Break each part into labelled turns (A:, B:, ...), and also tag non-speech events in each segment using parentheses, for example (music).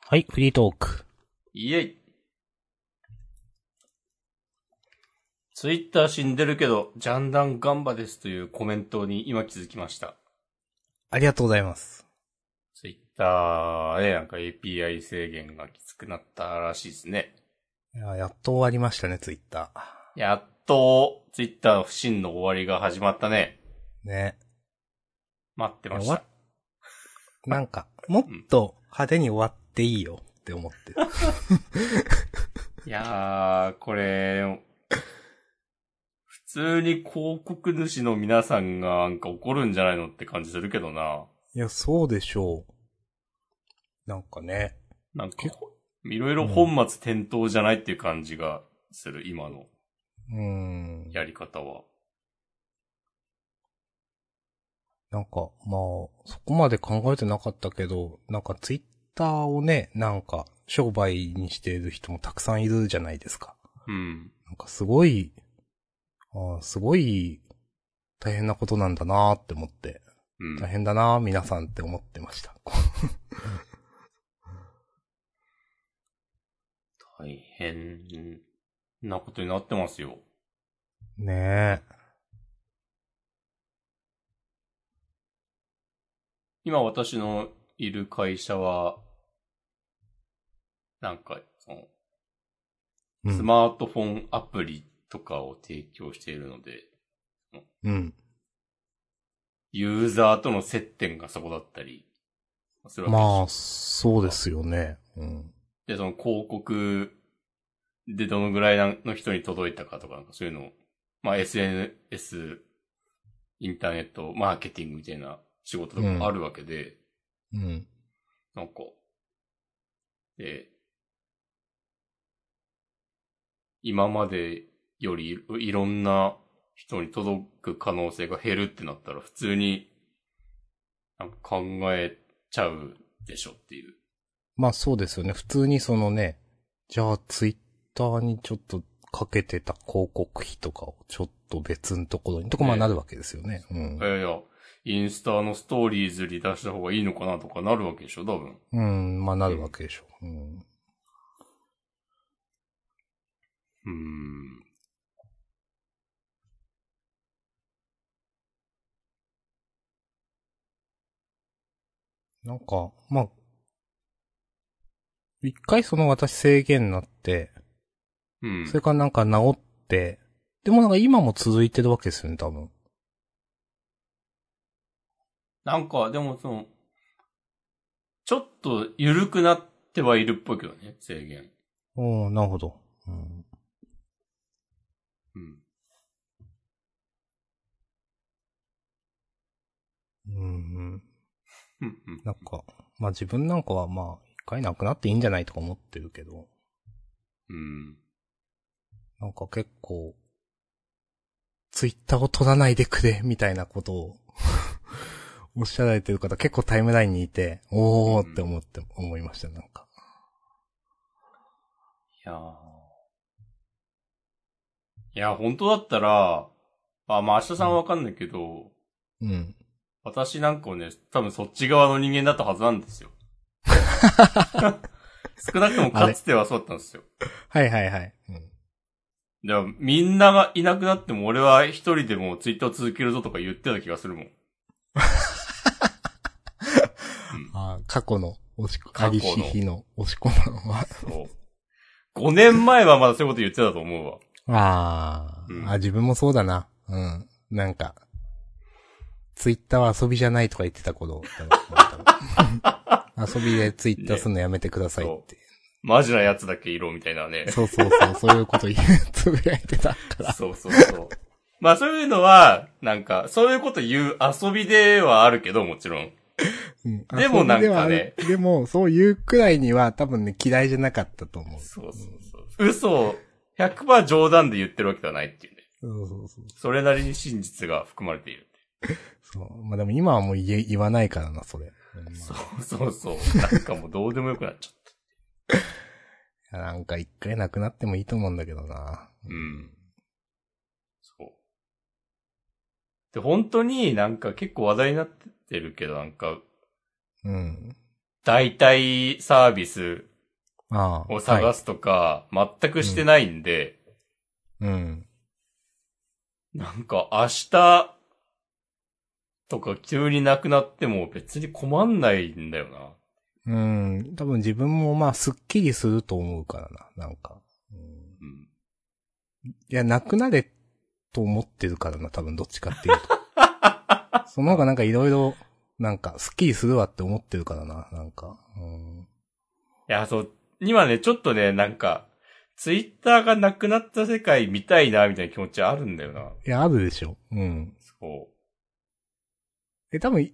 A: はい、フリートーク。
B: イエイ。ツイッター死んでるけど、ジャンダンガンバですというコメントに今気づきました。
A: ありがとうございます。
B: ツイッターでなんか API 制限がきつくなったらしいですね。
A: いや、やっと終わりましたね、ツイッタ
B: やっと、ツイッターの不審の終わりが始まったね。
A: ー。ね。
B: 待ってまし
A: 終わ
B: た
A: っ。なんか、もっと派手に終わっていいよって思 (laughs) ってる。
B: いやー、これ、でも普通に広告主の皆さんがなんか怒るんじゃないのって感じするけどな。
A: いや、そうでしょう。なんかね。
B: なんか
A: 結、
B: いろいろ本末転倒じゃないっていう感じがする、今の
A: うーん。
B: やり方は。
A: なんか、まあ、そこまで考えてなかったけど、なんかツイッターをね、なんか、商売にしている人もたくさんいるじゃないですか。
B: うん。
A: なんかすごい、ああ、すごい、大変なことなんだなーって思って、
B: うん。
A: 大変だなー皆さんって思ってました。
B: 大変なことになってますよ。
A: ねえ。
B: 今私のいる会社は、なんか、その、
A: うん
B: スマートフォンアプリとかを提供しているので、
A: うん。
B: ユーザーとの接点がそこだったり、するわけですよ
A: まあ、そうですよね。うん。
B: で、その広告でどのぐらいの人に届いたかとか、なんかそういうのを、まあ SNS、インターネット、マーケティングみたいな仕事とかもあるわけで、
A: うん。
B: なんか、で、今までよりいろんな人に届く可能性が減るってなったら普通になんか考えちゃうでしょっていう。
A: まあ、そうですよね。普通にそのね、じゃあ、ツイッターにちょっとかけてた広告費とかをちょっと別のところに、とかまあ
B: ねえ
A: なるわけですよね。うん
B: い。やいや、インスタのストーリーズに出した方がいいのかなとかなるわけでしょ、多分。
A: うん、まあなるわけでしょう。うん。
B: うーん。
A: なんか、まあ、一回その私制限になって、
B: うん。
A: それからなんか治って、でもなんか今も続いてるわけですよね、多分。
B: なんか、でもその、ちょっと緩くなってはいるっぽいけどね、制限。
A: うん、なるほど。うん。
B: うん。
A: うん、
B: うんうん
A: なんか、まあ自分なんかはまあ、一回なくなっていいんじゃないとか思ってるけど、
B: うん。
A: なんか結構、ツイッターを取らないでくれ、みたいなことを、 (laughs) おっしゃられてる方結構タイムラインにいて、おーって思って、思いました、なんか。
B: いやーいや、本当だったら、あ、まあ、明日さんはわかんないけど、
A: うん。
B: 私なんかをね、多分そっち側の人間だったはずなんです (laughs) よ。少なくともかつてはそうだったんですよ。
A: はいはいはい。うん。
B: でも、みんながいなくなっても俺は一人でもツイッター続けるぞとか言ってた気がするもん。
A: あー過去の、押しこ、
B: 過去
A: 仮
B: の
A: しひの押し込まんは。
B: そう。5年前はまだそういうこと言ってたと思うわ。
A: あー、
B: うん
A: あ、自分もそうだな。うん。なんか、ツイッターは遊びじゃないとか言ってた
B: (laughs)
A: 頃だろう遊びでツイッターするのやめてくださいって。
B: マジなやつだけいろみたいな
A: (laughs)
B: ね。
A: そうそうそう、そういうこと言う、 (laughs) つぶやいてたから。
B: そうそうそう。まあそういうのは、なんか、そういうこと言う遊びではあるけど、もちろん。
A: うん
B: (laughs) でもなん
A: 遊び
B: かね。
A: ではあるでも、そういうくらいには多分ね、嫌いじゃなかったと思う。
B: そうそうそう。嘘を100%冗談で言ってるわけではないっていうね。
A: そうそうそう。
B: それなりに真実が含まれている。
A: そうまあでも今はもう言え言わないからな、それ。うんまあ
B: そうそうそう。なんかもうどうでもよくなっちゃった。
A: いやなんか一回なくなってもいいと思うんだけどな。
B: うん。そう。で、本当になんか結構話題になってるけど、なんか、
A: うん。
B: 代替サービス
A: ああ。
B: を探すとか、全くしてないんで、
A: はい。うん。
B: なんか明日とか急になくなっても別に困んないんだよな。
A: うん。多分自分もまあ、すっきりすると思うからな、なんか。うん
B: うん。
A: いや、なくなれと思ってるからな、多分どっちかっていう
B: (laughs)
A: と。その方がなんかいろいろ、なんか、スッキリするわって思ってるからな、なんか。うん。
B: いや、そう、今ね、ちょっとね、なんか、ツイッターがなくなった世界見たいな、みたいな気持ちあるんだよな。
A: いや、あるでしょ。うん。
B: そ
A: え、多分、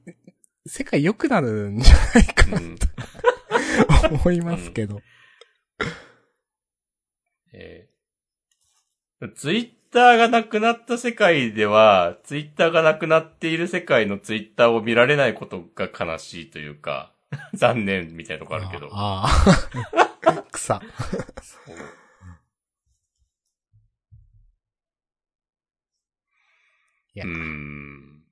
A: 世界良くなるんじゃないか
B: う。う
A: な、
B: (laughs) ん、
A: 思いますけど。
B: えーツイッターがなくなった世界では、ツイッターがなくなっている世界のツイッターを見られないことが悲しいというか、 (laughs) 残念みたいなとこあるけど。
A: あああ。 (laughs) 草。
B: そう
A: いや
B: うーん。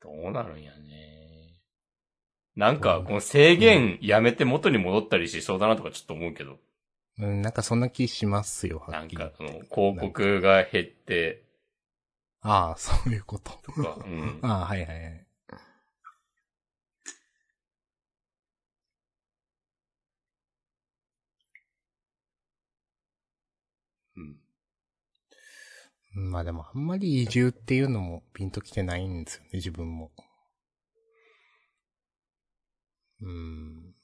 B: どうなるんやね。なん
A: う
B: か
A: ん、
B: この制限やめて元に戻ったりしそうだなとかちょっと思うけど。
A: うん、なんかそんな気しますよ、は
B: な
A: っ
B: ん
A: きり言
B: か
A: って。、
B: その、広告が減って、
A: ああ、そういうこと。
B: とか、うん。
A: ああ、はいはいはい。 (laughs)
B: うん
A: うんまあでもあんまり移住っていうのもピンときてないんですよね、自分も。うーん。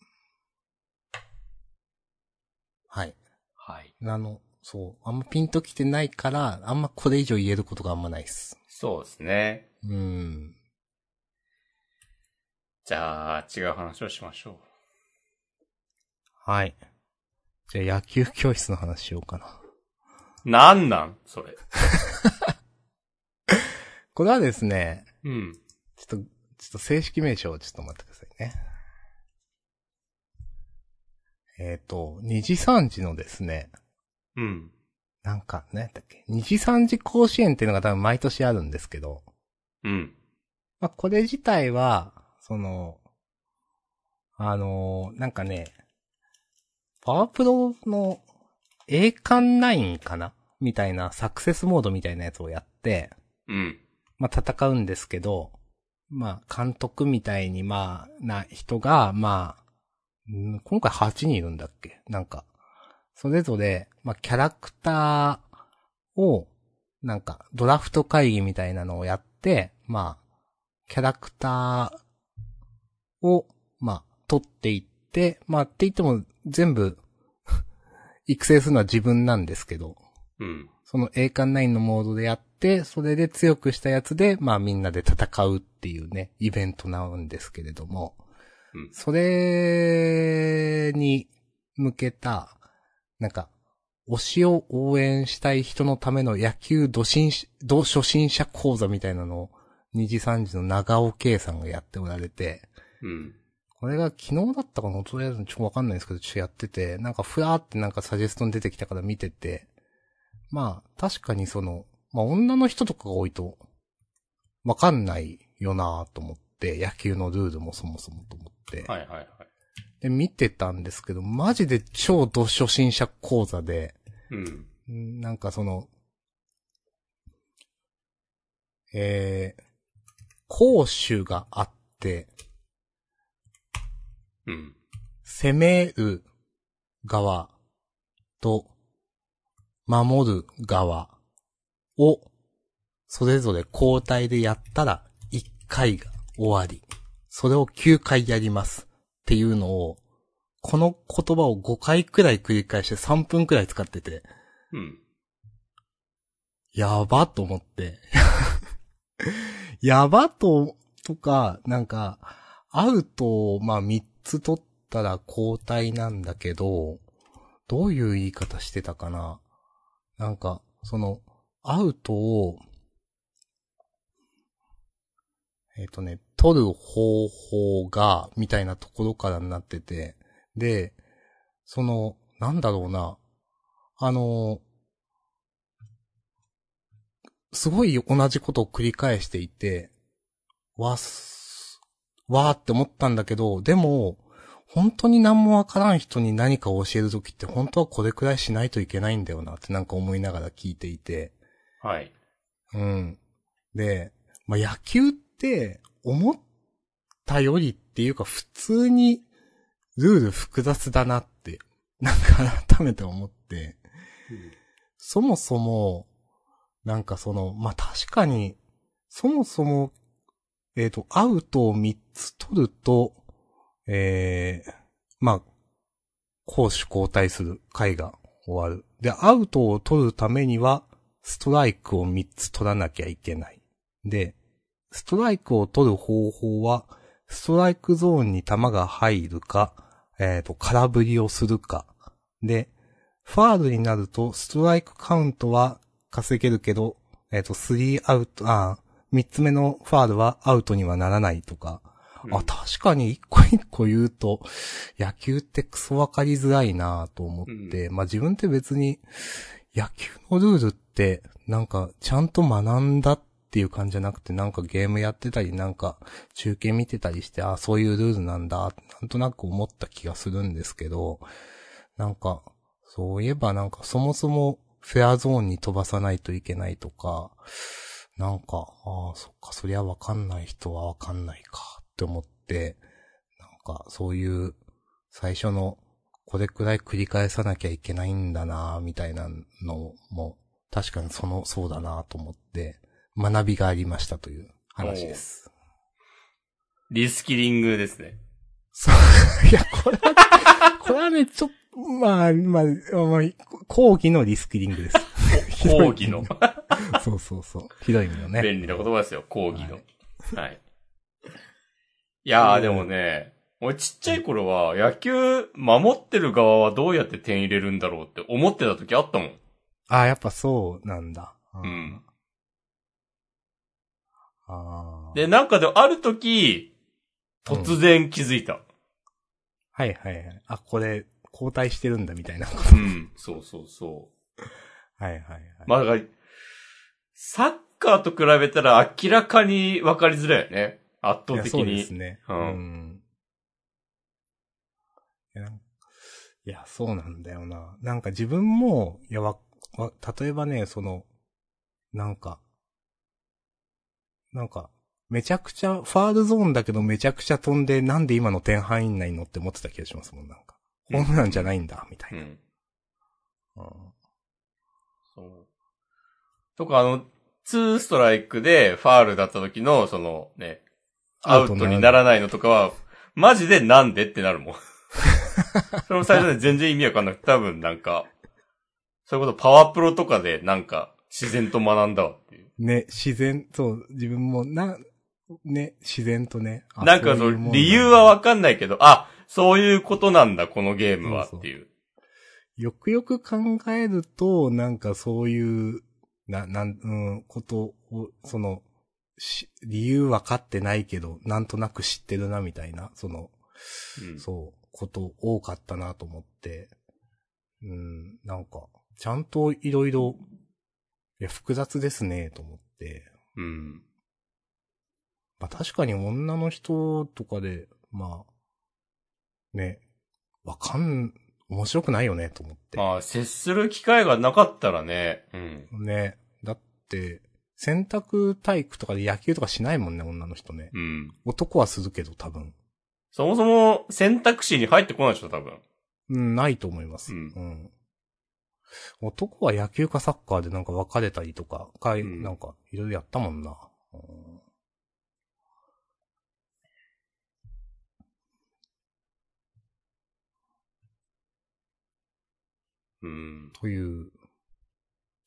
A: はい。
B: はい。
A: あの、そう。あんまピンときてないから、あんまこれ以上言えることがあんまないっす。
B: そうですね。
A: うーん。
B: じゃあ、違う話をしましょ
A: はい。じゃあ野球教室の話しようかな。
B: う。なんなんそれ。
A: これはですね、
B: うん。
A: ちょっと、ちょっと正式名称をちょっと待ってくださいね。えっ、と、二次三次のですね、
B: うん。
A: なんか、何やったっけ、二次三次甲子園っていうのが多分毎年あるんですけど、
B: うん。
A: まあ、これ自体は、その、あのーなんかね、パワープロの栄冠ナインかなみたいなサクセスモードみたいなやつをやって、
B: うん。
A: まあ、戦うんですけど、まあ、監督みたいに、まあ、な人が、まあ、うん今回8人いるんだっけなんか、それぞれ、まあ、キャラクターを、なんか、ドラフト会議みたいなのをやって、まあ、キャラクターを、まあ、取っていって、まあ、って言っても、全部、 (laughs) 育成するのは自分なんですけど、
B: うん。
A: その栄冠ナインのモードでやって、それで強くしたやつで、まあみんなで戦うっていうね、イベントなんですけれども、
B: うん
A: それに向けた、なんか、推しを応援したい人のための野球どしんしど初心者講座みたいなのを、二次三次の長尾圭さんがやっておられて、
B: うん。
A: これが昨日だったかなとりあえずちょっとわかんないんですけど、ちょっとやってて、なんかふらーってなんかサジェストに出てきたから見てて、まあ、確かにその、まあ女の人とかが多いと、わかんないよなぁと思って、野球のルールもそもそもと思って。
B: はいはいはい。
A: で、見てたんですけど、マジで超ド初心者講座で、
B: うん。
A: んなんかその、えー、講習があって、
B: うん。
A: 攻める側と守る側をそれぞれ交代でやったら1回が終わり、それを9回やりますっていうのを、この言葉を5回くらい繰り返して3分くらい使ってて、
B: うん。
A: やばと思って。 (laughs) やばと、とか、なんか、アウトを、まあ、3つ取ったら交代なんだけど、どういう言い方してたかななんか、その、アウトを、えっ、とね、取る方法が、みたいなところからになってて、で、その、なんだろうな、あの、すごい同じことを繰り返していて、忘わーって思ったんだけど、でも、本当に何もわからん人に何かを教えるときって本当はこれくらいしないといけないんだよなってなんか思いながら聞いていて。
B: はい。
A: うん。で、まあ、野球って思ったよりっていうか普通にルール複雑だなって、なんか改めて思って。そもそも、なんかその、まあ、確かに、そもそも、えっ、と、アウトを3つ取ると、えー、まあ、攻守交代する回が終わる。で、アウトを取るためには、ストライクを3つ取らなきゃいけない。で、ストライクを取る方法は、ストライクゾーンに球が入るか、えっ、と、空振りをするか。で、ファールになると、ストライクカウントは稼げるけど、えっ、と、3アウト、あー3つ目のファールはアウトにはならないとか。
B: う
A: あ、
B: ん
A: 確かに一個一個言うと、野球ってクソわかりづらいなと思って、まあ自分って別に、野球のルールって、なんか、ちゃんと学んだっていう感じじゃなくて、なんかゲームやってたり、なんか、中継見てたりして、あ、そういうルールなんだ、なんとなく思った気がするんですけど、なんか、そういえばなんかそもそもフェアゾーンに飛ばさないといけないとか、なんか、ああ、そっか、そりゃわかんない人はわかんないかって思って、なんかそういう最初のこれくらい繰り返さなきゃいけないんだなみたいなのも、確かにその、そうだなと思って、学びがありましたという話です。
B: リスキリングですね。
A: そう、いや、これは、これはね、ちょっと、まあ、まあ、まあ、講義のリスキリングです。 (laughs)
B: 講義の。
A: そうそうそう。ひどい意味のね。
B: 便利な言葉ですよ、講義の。
A: (laughs)
B: はい。いやー、でもね、俺ちっちゃい頃は野球守ってる側はどうやって点入れるんだろうって思ってた時あったもん。
A: ああ、やっぱそうなんだ。う
B: うん。
A: ああ。
B: で、なんかである時、突然気づいた。
A: はいはいはい。あ、これ、交代してるんだみたいなこと。
B: うん。そうそうそう。
A: はいはいはい。
B: まあ、だからサッカーと比べたら明らかに分かりづらいよね。圧
A: い
B: 倒
A: や
B: 的
A: そうです
B: に。
A: ね。
B: うん
A: ん。いやなんいや、そうなんだよな。なんか自分も、いや、わ、わ、例えばね、その、なんか、なんか、めちゃくちゃ、ファールゾーンだけどめちゃくちゃ飛んで、なんで今の点範囲内に乗って持ってた気がしますもん、なんか。ホームランじゃないんだ、みたいうな。
B: ん。
A: うん
B: そう。とか、あの、ツーストライクでファールだった時の、そのね、アウトにならないのとかは、マジでなんでってな (laughs) るもん。それも最初で全然意味わかんなくて、多分なんか、そういうことパワープロとかでなんか自然と学んだわっていう。
A: ね、自然、そう、自分も、な、ね、自然とね。あ
B: なんかそ
A: いも
B: の
A: だ
B: 理由はわかんないけど、あ、そういうことなんだ、このゲームはっていう。
A: よくよく考えると、なんかそういう、な、なん、うん、ことを、その、し、理由分かってないけど、なんとなく知ってるな、みたいな、その、
B: うん
A: そう、こと多かったなと思って、うん、なんか、ちゃんといろいろ、いや、複雑ですね、と思って、
B: うん。
A: まあ確かに女の人とかで、まあ、ね、わかん、面白くないよね、と思って。
B: まあ、接する機会がなかったらね、うん。
A: ね。だって、選択体育とかで野球とかしないもんね、女の人ね。
B: うん。
A: 男はするけど、多分。
B: そもそも選択肢に入ってこないでしょ、多分。
A: うん、ないと思います。
B: うん
A: 男は野球かサッカーでなんか分かれたりとか、かい、
B: うん
A: なんか、いろいろやったもんな。うん
B: うん。
A: という、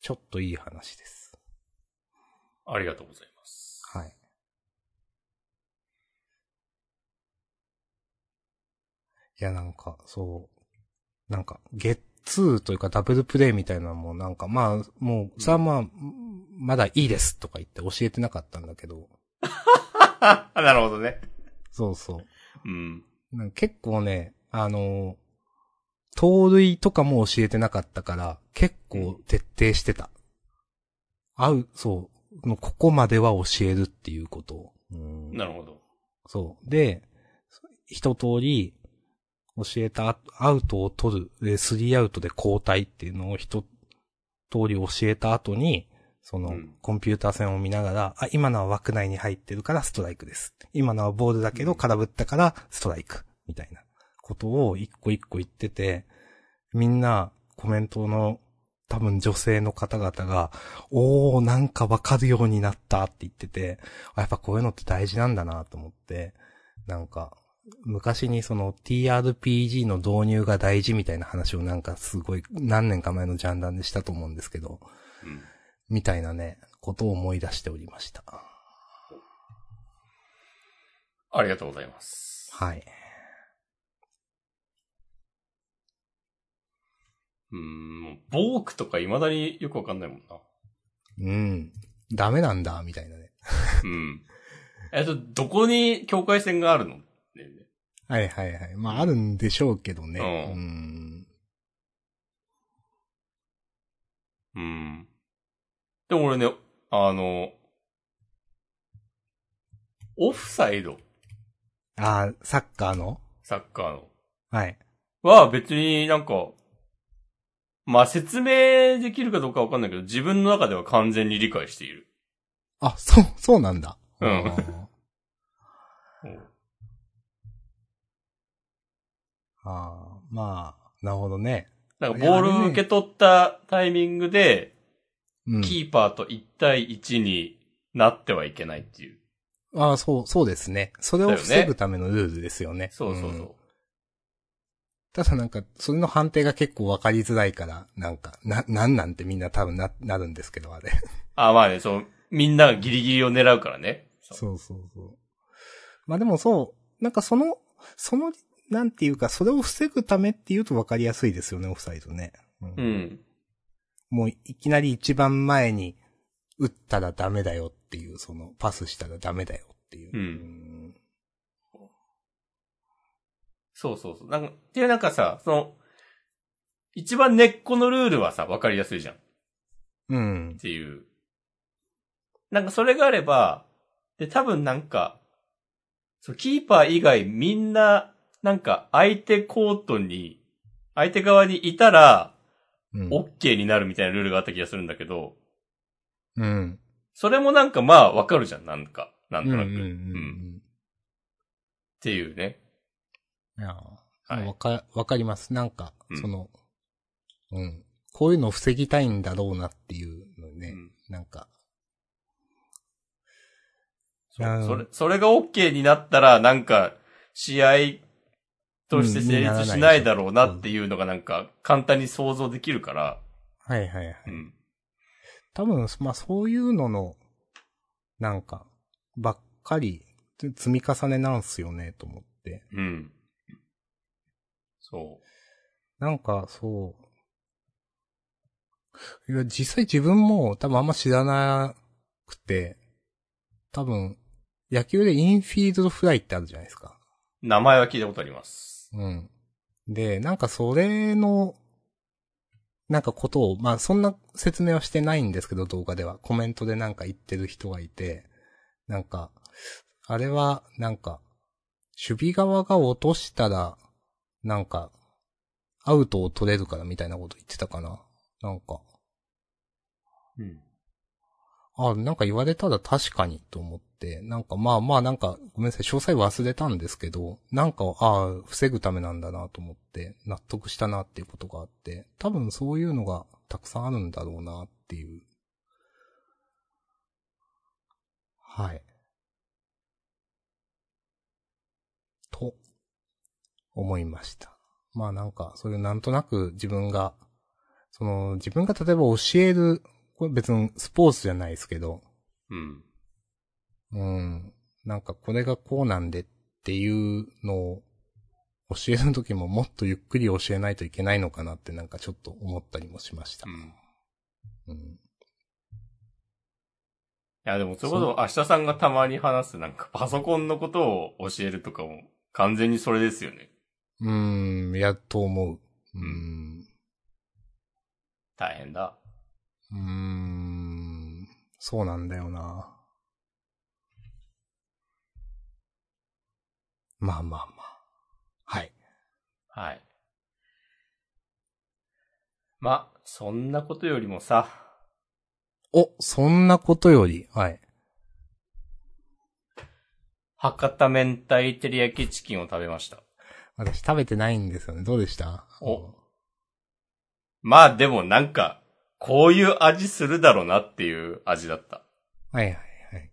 A: ちょっといい話です。
B: ありがとうございます。
A: はい。いや、なんか、そう。なんか、ゲッツーというかダブルプレイみたいなのもなんか、まあ、もう、さあまあ、まだいいですとか言って教えてなかったんだけど、
B: (laughs) なるほどね。
A: そうそう。
B: うん。
A: なんか結構ね、あのー盗塁とかも教えてなかったから、結構徹底してた。合う、そう、ここまでは教えるっていうことを。うん
B: なるほど。
A: そう。で、一通り、教えた後アウトを取る、で、スリーアウトで交代っていうのを一通り教えた後に、その
B: うん、
A: コンピューター戦を見ながら、あ、今のは枠内に入ってるからストライクです。今のはボールだけど
B: うん
A: 空振ったからストライク。みたいなことを一個一個言ってて、みんなコメントの多分女性の方々が、おー、なんかわかるようになったって言ってて、あやっぱこういうのって大事なんだなと思って、なんか、昔にその TRPG の導入が大事みたいな話をなんかすごい何年か前のジャンダンでしたと思うんですけど、
B: うん。
A: みたいなね、ことを思い出しておりました。
B: ありがとうございます。
A: はい。
B: うん、もう、ボークとか未だによくわかんないもんな。
A: うん。ダメなんだ、みたいなね。
B: うん。えっと、どこに境界線があるのね
A: はいはいはい。まああるんでしょうけどね。
B: う
A: うん。
B: うん。でも俺ね、あの、オフサイド、
A: ああ、サッカーの
B: サッカーの、
A: はい。
B: は別になんか、まあ、説明できるかどうかわかんないけど、自分の中では完全に理解している。
A: あ、そう、そうなんだ。
B: うん
A: あーあー、まあ、なるほどね。
B: なんか、ボールを受け取ったタイミングで、
A: うん。
B: キーパーと1対1になってはいけないっていう。
A: ああ、そう、そうですね。それを防ぐためのルールですよね。
B: そうそうそう。
A: んただなんか、それの判定が結構わかりづらいから、なんか、な、なんなんてみんな多分な、なるんですけど、あれ。
B: あ、まあね、そう、みんながギリギリを狙うからね。う。
A: そうそうそう。まあでもそう、なんかその、その、なんていうか、それを防ぐためっていうとわかりやすいですよね、オフサイドね。うん
B: うん。
A: もういきなり一番前に打ったらダメだよっていう、そのパスしたらダメだよっていう。
B: うん
A: ん
B: そうそうそう。なんか、っていうなんかさ、その、一番根っこのルールはさ、わかりやすいじゃん。っ
A: うん。
B: ていう。なんかそれがあれば、で、多分なんか、そう、キーパー以外みんな、なんか相手コートに、相手側にいたら、
A: うん。
B: OK になるみたいなルールがあった気がするんだけど、
A: うん。
B: それもなんかまあわかるじゃん、なんか、な
A: うんんうん
B: と
A: う
B: なく。うんっ
A: ん
B: ていうね。
A: うん。いやー
B: はい
A: わか、わかります。なんか
B: うん、
A: その、うん。こういうのを防ぎたいんだろうなっていうのね。
B: うん
A: なんか。
B: そ
A: あー
B: それ、それが OK になったら、なんか、試合として成立しないだろうなっていうのがなんか、簡単に想像できるから、
A: はいはいはい。
B: うん。
A: 多分、まあそういうのの、なんか、ばっかり、つ積み重ねなんすよね、と思って。
B: うん。そ
A: なんか、そう。いや、実際自分も多分あんま知らなくて、多分、野球でインフィールドフライってあるじゃないですか。
B: う。名前は聞いたことあります。
A: うん。で、なんかそれの、なんかことを、まあそんな説明はしてないんですけど、動画では。コメントでなんか言ってる人がいて、なんか、あれは、なんか、守備側が落としたら、なんか、アウトを取れるからみたいなこと言ってたかな。なんか、
B: うん。
A: あ、なんか言われたら確かにと思って、なんかまあまあなんか、ごめんなさい、詳細忘れたんですけど、なんか、ああ、防ぐためなんだなと思って、納得したなっていうことがあって、多分そういうのがたくさんあるんだろうなっていう。はい。と、思いました。まあなんか、それなんとなく自分が、その、自分が例えば教える、これ別にスポーツじゃないですけど、
B: うん。
A: うん。なんかこれがこうなんでっていうのを教える時ももっとゆっくり教えないといけないのかなってなんかちょっと思ったりもしました
B: う。ん。い
A: うん。
B: や、でも、それこそ、明日さんがたまに話す、なんか、パソコンのことを教えるとかも、完全にそれですよね。
A: うん、いや、と思う。うん。
B: 大変だ。
A: うん。そうなんだよな。まあまあまあ。はい。
B: はい。まあ、そんなことよりもさ、
A: お、そんなことより、はい。
B: 博多明太照り焼きチキンを食べました。
A: 私食べてないんですよね。どうでした
B: おまあでもなんか、こういう味するだろうなっていう味だった。
A: はいはいはい。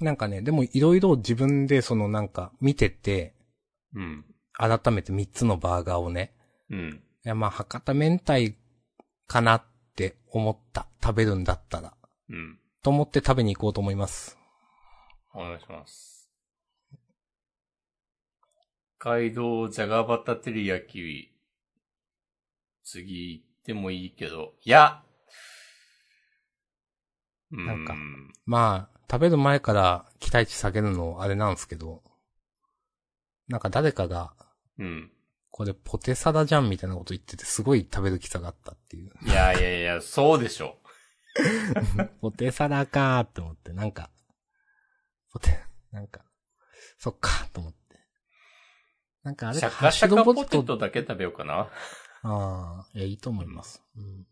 A: なんかね、でもいろいろ自分でそのなんか見てて、
B: うん。
A: 改めて3つのバーガーをね、
B: うん。
A: いやまあ博多明太かなって思った。食べるんだったら。
B: うん。
A: と思って食べに行こうと思います。
B: お願いします。北海道じゃがバタ照り焼き、次行ってもいいけど、いや
A: なんか
B: う
A: まあ、食べる前から期待値下げるのあれなんですけど、なんか誰かが、
B: うん。
A: これポテサラじゃんみたいなこと言っててすごい食べる気下がったっていう。
B: いやいやいや、そうでしょ。
A: ポテサラかーって思って、なんか、ポテ、なんか、そっかーと思って。なんかあれ、
B: シャ
A: ハッ
B: カ
A: シ
B: シャ
A: ュド
B: カ
A: ポ
B: ポ
A: テ
B: テ
A: ト
B: トだけ食べようかな。
A: ああ、いや、いいと思います。うん。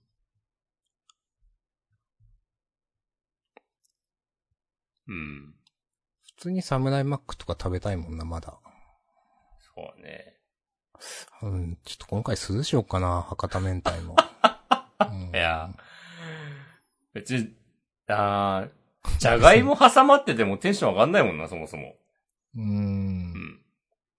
B: うん。
A: 普通にサムライマックとか食べたいもんな、まだ。
B: そうね。
A: うん、ちょっと今回涼しようかな、博多明太も。うん
B: いや、別に、あーじゃがいも挟まっててもテンション上がんないもんな、そもそも。
A: う。
B: うんん。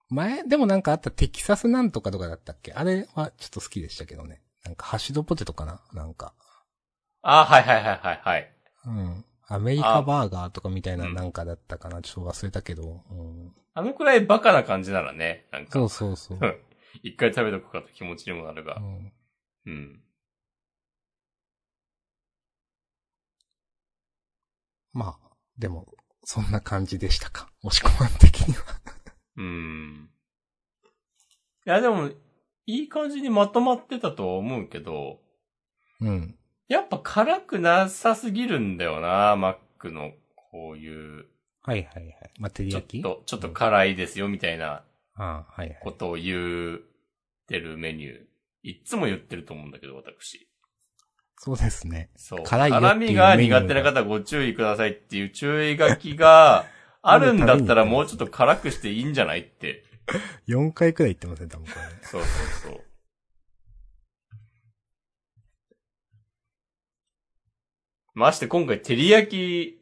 A: 前、でもなんかあったテキサスなんとかとかだったっけあれはちょっと好きでしたけどね。なんかハッシュドポテトかななんか。
B: あーはいはいはいはいはい。
A: うん。アメリカバーガーとかみたいな
B: うん
A: なんかだったかな、ちょっと忘れたけど。うん。
B: あのくらいバカな感じならね、なん
A: そう
B: か、
A: そうそう。
B: うん一回食べとくかと気持ちにもなる
A: う
B: が。
A: ん。
B: うん。
A: まあ、でも、そんな感じでしたか。押し込まん的には。
B: うん。いや、でも、いい感じにまとまってたとは思うけど、
A: うん。
B: やっぱ辛くなさすぎるんだよな、マックの、こういう、
A: はいはいはい。まあ、照り
B: ちょっ
A: 焼き
B: と、ちょっと辛いですよ、みたいな
A: ああ、はいはい。
B: ことを言ってるメニュー。いっつも言ってると思うんだけど、私。
A: そうですね。
B: そう。
A: 辛いよっていう
B: 辛味が
A: メニューが
B: 苦手な方ご注意くださいっていう注意書
A: (laughs)
B: きがあるんだったらもうちょっと辛くしていいんじゃないって。
A: 4回くらい言ってません、多分これね。
B: そうそうそう。まして今回、照り焼き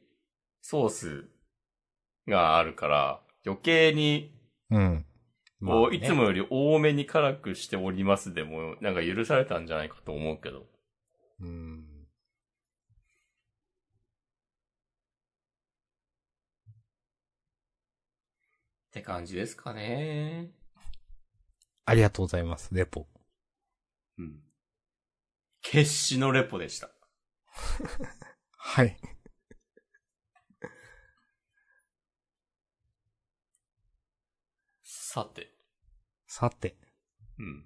B: ソースがあるから、余計に、
A: うん。
B: こう、
A: まあね
B: いつもより多めに辛くしておりますでも、なんか許されたんじゃないかと思うけど。
A: うん。
B: って感じですかね。
A: ありがとうございます、レポ。
B: うん。決死のレポでした。
A: はい。
B: さて。
A: さて。
B: うん。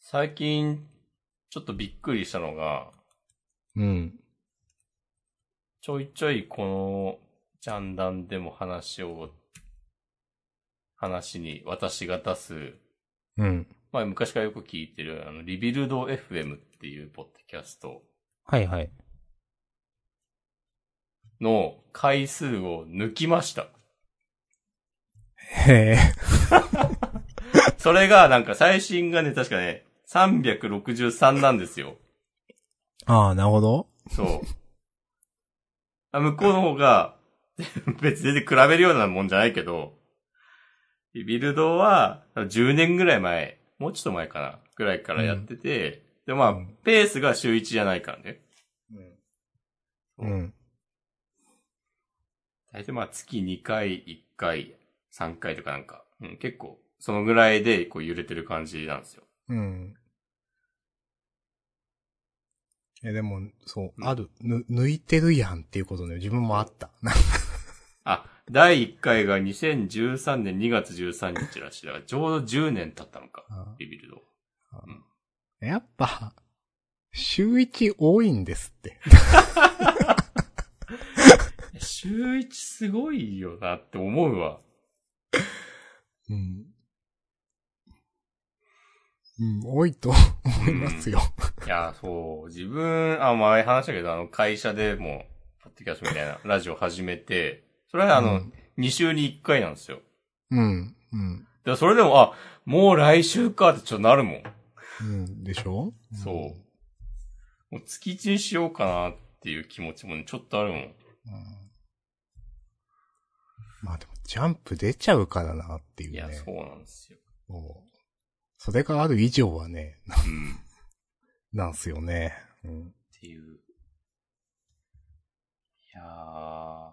B: 最近、ちょっとびっくりしたのが、
A: うん。
B: ちょいちょいこの、ジャンダンでも話を、話に私が出す、
A: うん。
B: まあ昔からよく聞いてる、あの、リビルド FM っていうポッドキャスト
A: はいはい。
B: の回数を抜きました。
A: へえ。
B: それがなんか最新がね、確かね、363なんですよ。
A: ああ、なるほど。
B: そう。あ向こうの方が、 (laughs) 別に全然比べるようなもんじゃないけど、リビルドは10年ぐらい前、もうちょっと前かな、ぐらいからやってて、で、まあ
A: うん、
B: ペースが週1じゃないからね。
A: うん。
B: 大体まあ月2回、1回、3回とかなんか、うん、結構、そのぐらいでこう揺れてる感じなんですよ。
A: うん。え、でも、そうう、
B: ん
A: ある、ぬ、抜いてるやんっていうことね、自分もあった。
B: あ、第1回が2013年2月13日らしい。だからちょうど10年経ったのか、リビルド。
A: やっぱ、週一多いんですって。
B: 週一すごいよなって思うわ。
A: うん。うん、多いと (laughs) 思いますよ。
B: いや、そう、自分、あ、前話したけど、あの、会社でも、ポッドキャストみたいなラジオ始めて、それはあ
A: う
B: の
A: ん、
B: 2週に1回なんですよ。
A: うん、うん、
B: だからそれでも、あ、もう来週かってちょっとなるもん。
A: うん、でしょ
B: そう。もう月1にしようかなっていう気持ちもね、ちょっとあるもん。
A: うん。まあでも、ジャンプ出ちゃうからなっていう
B: い
A: ね。
B: や、そうなんで
A: (laughs)
B: すよ。
A: そうそれがある以上はね、な
B: うん。っ
A: なんすよね。うん。
B: ていう。いやー。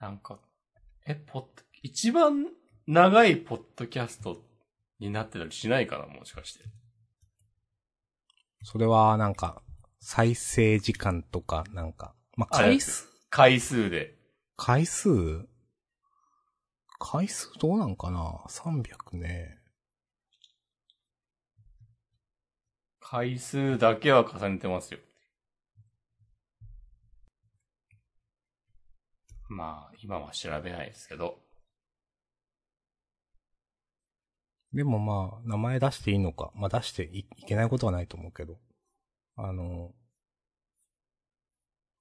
B: なんか、え、ポッド、一番長いポッドキャストになってたりしないかな、もしかして。
A: それは、なんか、再生時間とか、なんか、まあ、
B: あれ
A: 回数、
B: 回数で。
A: 回数回数どうなんかな ?300 ね。
B: 回数だけは重ねてますよ。まあ、今は調べないですけど。
A: でもまあ、名前出していいのか。まあ出していいけないことはないと思うけど。あの、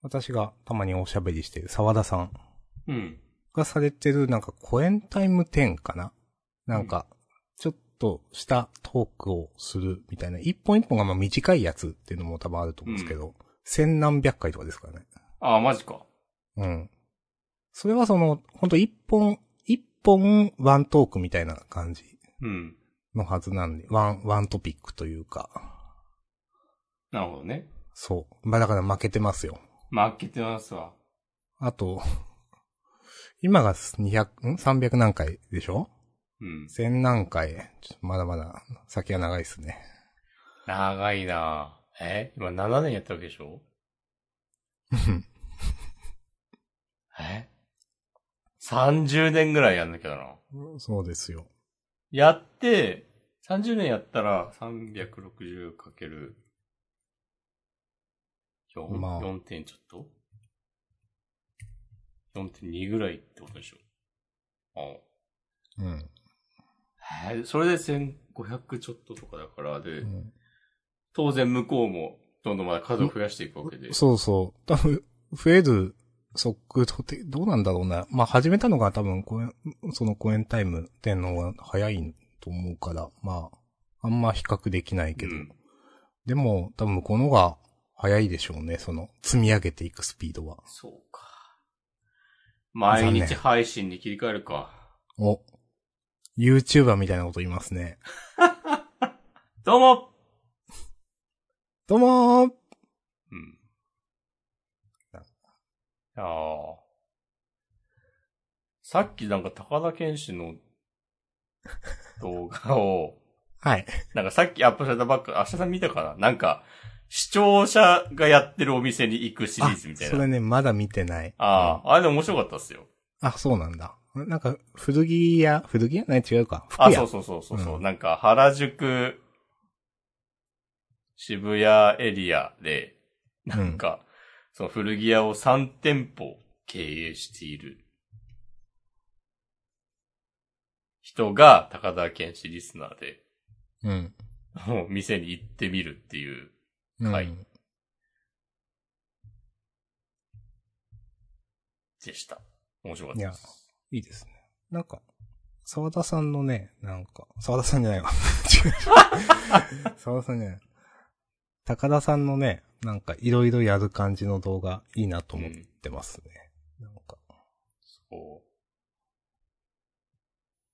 A: 私がたまにおしゃべりしてる沢田さん
B: うん。
A: がされてるなんかコエンタイム10かななんか、ちょっとしたトークをするみたいな。一本一本がまあ短いやつっていうのも多分あると思うんですけど、千何百回とかですからね。
B: ああ、マジか。
A: うん。それはその、ほんと一本、一本ワントークみたいな感じ
B: うん。
A: のはずなんで、ワン、ワントピックというか、
B: なるほどね。
A: そう。まあだから負けてますよ。
B: 負けてますわ。
A: あと、今が200、ん ?300 何回でしょ
B: うん。
A: ?1000 何回。ちょっとまだまだ先は長いですね。
B: 長いなぁえ今7年やったわけでしょ
A: うん
B: え ?30 年ぐらいやんなきゃだな。
A: そうですよ。
B: やって、30年やったら 360×4、4
A: まあ
B: 4点ちょっと ?4.2 ぐらいってことでしょあ
A: うん。
B: あえーそれで1500ちょっととかだから、で、
A: うん
B: 当然向こうもどんどんまだ数を増やしていくわけで。
A: そうそう。多分、増える速度ってどうなんだろうな。まあ、始めたのが多分公演、その公演タイムってのが早いと思うから、まあ、あんま比較できないけど。
B: うん
A: でも、多分この方が早いでしょうね、その、積み上げていくスピードは。
B: そうか。毎
A: 残
B: 日
A: 念
B: 配信に切り替えるか。
A: お、YouTuber みたいなこと言いますね。
B: どうも
A: どうもー
B: うん
A: なん。
B: ああ。さっきなんか高田健志の動画を、 (laughs)
A: はい。
B: なんかさっきアップされたばっか、明日さん見たかななんか、視聴者がやってるお店に行くシリーズみたい
A: あそ
B: な。
A: れね、まだ見てない。
B: ああ、あれでも面白かったっすよ。
A: あ、そうなんだ。なんか、古着屋、古着屋ね、違うか。服
B: あ、
A: 屋
B: そうそうそうそうそう、
A: うん
B: なんか、原宿、渋谷エリアで、なんか、その古着屋を3店舗経営している人が高田健志リスナーで、
A: うん。
B: もう店に行ってみるっていう。
A: うん。
B: はいでした。面白かったです。
A: いいですね。なんか、沢田さんのね、なんか、沢田さんじゃないわ。 (laughs) 違う。沢田さんじゃない。高田さんのね、なんかいろいろやる感じの動画、いいなと思ってますね。なんか、
B: そう。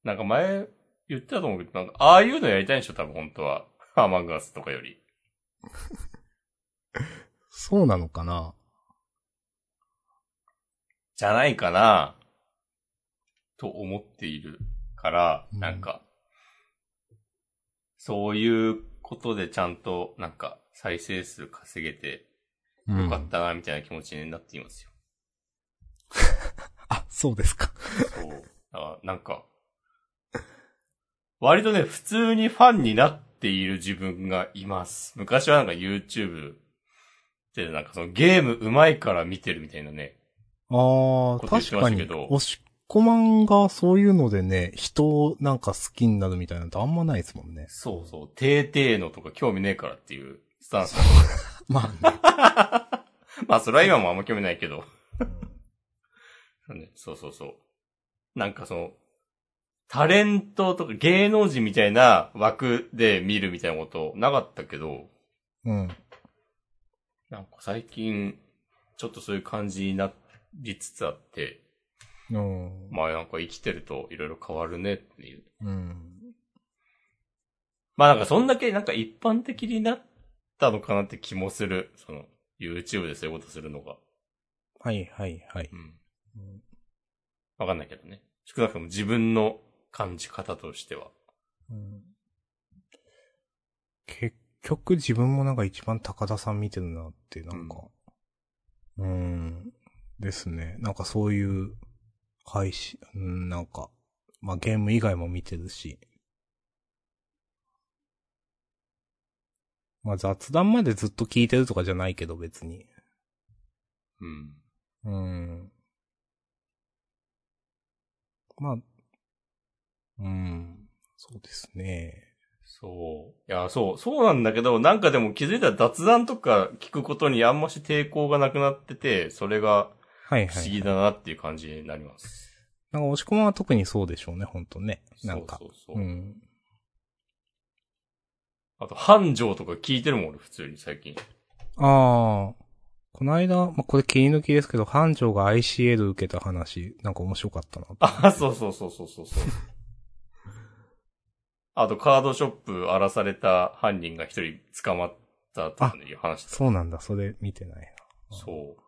B: なんか前言ってたと思うけど、なんか、ああいうのやりたいんでしょ多分本当は。アマンガスとかより。
A: そうなのかな
B: じゃないかな、と思っているから、
A: うん
B: なんか、そういうことでちゃんと、なんか、再生数稼げて、
A: うん
B: よかったな、みたいな気持ちになっていますよ。
A: あ、そうですか。
B: そう。あなんか、割とね、普通にファンになっている自分がいます。昔はなんか YouTube で、なんかそのゲーム上手いから見てるみたいなね、
A: ああ、
B: こと言って
A: 確
B: ま
A: か
B: した
A: に
B: けど、
A: 押し込まんがそういうのでね、人をなんか好きになるみたいなのってあんまないですもんね。
B: そうそう、てーてーのとか興味ねえからっていうスタンス。
A: まあね。
B: (laughs) まあ、それは今もあんま興味ないけど。 (laughs) ねそうそうそう。なんかその、タレントとか芸能人みたいな枠で見るみたいなことなかったけど、
A: うん。
B: なんか最近、ちょっとそういう感じになりつつあって、
A: うん。
B: まあなんか生きてるといろいろ変わるねっていう。
A: うん。
B: まあなんかそんだけなんか一般的になったのかなって気もする。その、YouTube でそういうことするのが。
A: はいはいはい。
B: うん。
A: うん
B: わかんないけどね。少なくとも自分の感じ方としては。
A: うん結局自分もなんか一番高田さん見てるなって、なんか、うーん、ですね。なんかそういう配信、うん、なんか、まあゲーム以外も見てるし。まあ雑談までずっと聞いてるとかじゃないけど別に。
B: う
A: う
B: ん。
A: ん。まあ、うん、そうですね。
B: そう。いや、そう、そうなんだけど、なんかでも気づいたら雑談とか聞くことにあんまし抵抗がなくなってて、それが
A: はい
B: 不
A: は
B: 思
A: い。
B: 議だなっていう感じになります。
A: なんか、押し込まんは特にそうでしょうね、ほんとね。なんか。
B: そうそ
A: う
B: うそう。
A: ん。
B: あと、繁盛とか聞いてるもん、俺普通に最近。
A: ああ。この間、まあ、これ切り抜きですけど、班長が ICL 受けた話、なんか面白かったな。
B: あ、そうそうそうそうそうそう。あと、カードショップ荒らされた犯人が一人捕まったとかいう話とか
A: そうなんだ、それ見てない
B: そう。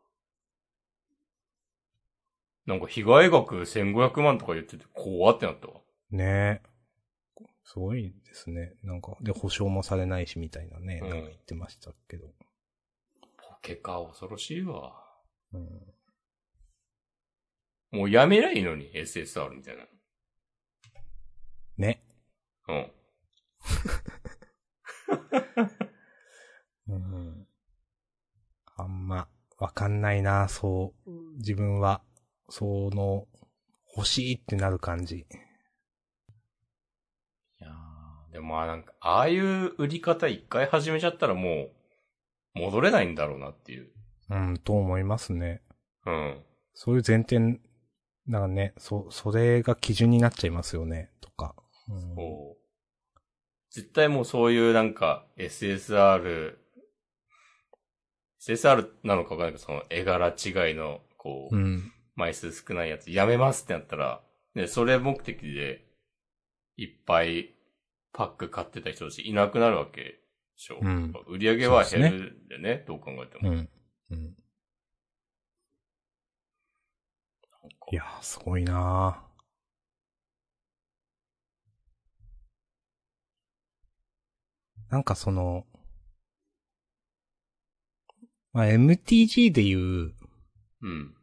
B: なんか被害額1500万とか言ってて、怖ってなったわ。
A: な。ねえ。すごいですね。なんか、で、保証もされないしみたいなね、
B: うん
A: なんか言ってましたけど。
B: ポケカ恐ろしいわ。
A: うん。
B: もうやめりゃいいのに、SSR みたいな。
A: ね。
B: うん。
A: うん。あんま、わかんないな、そう。自分は、その、欲しいってなる感じ。
B: いやーでもまあなんか、ああいう売り方一回始めちゃったらもう、戻れないんだろうなっていう。
A: うん、と思いますね。
B: うん。
A: そういう前提、なんかね、そ、それが基準になっちゃいますよね、とか。うん
B: こう。絶対もうそういうなんか、SSR、SSR なのかわかんないけど、その絵柄違いの、こう、
A: うん。
B: 枚数少ないやつやめますってなったら、ね、それ目的で、いっぱいパック買ってた人たちいなくなるわけでしょ。
A: うん
B: 売り上げは
A: そう
B: 減
A: ですね
B: るんでね、どう考えて
A: う
B: も。
A: ん。うん。いやー、すごいなーなんかその、まあ、MTG でいう、
B: うん。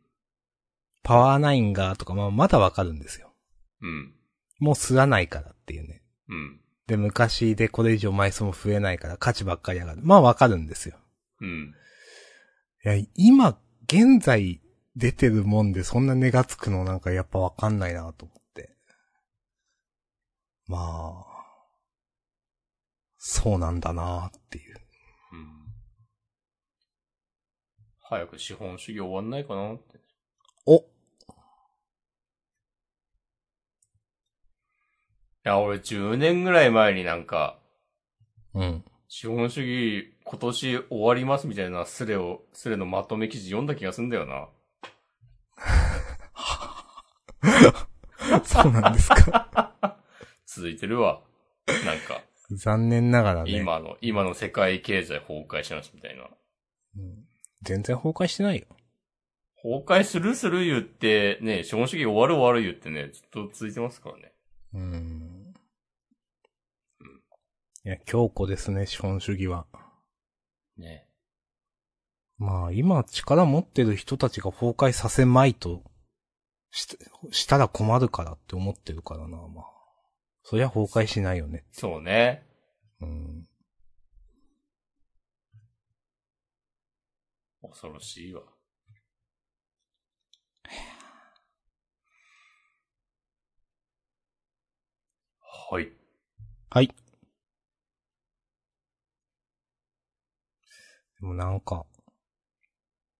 A: パワーナインがとか、まあ、まだわかるんですよ。
B: うん。
A: もう吸わないからっていうね。
B: うん。
A: で、昔でこれ以上枚数も増えないから価値ばっかり上がる。まあわかるんですよ。
B: うん。
A: いや、今、現在出てるもんでそんな値がつくのなんかやっぱわかんないなと思って。まあ、そうなんだなっていう。
B: うん。早く資本主義終わんないかなって。
A: お
B: いや、俺10年ぐらい前になんか、
A: うん。
B: 資本主義今年終わりますみたいなスレを、スレのまとめ記事読んだ気がすんだよな。
A: (laughs) そうなんです (laughs) か。
B: 続いてるわ。なんか。
A: 残念ながらね。
B: 今の、今の世界経済崩壊しますみたいな。
A: うん全然崩壊してないよ。
B: 崩壊するする言って、ね、資本主義終わる終わる言ってね、ずっと続いてますからね。
A: うん。いや、強固ですね、資本主義は。
B: ね。
A: まあ、今力持ってる人たちが崩壊させまいと、し、したら困るからって思ってるからな、まあ。そりゃ崩壊しないよね。
B: そうね。
A: うん。
B: 恐ろしいわ。はい。
A: はい。でもなんか、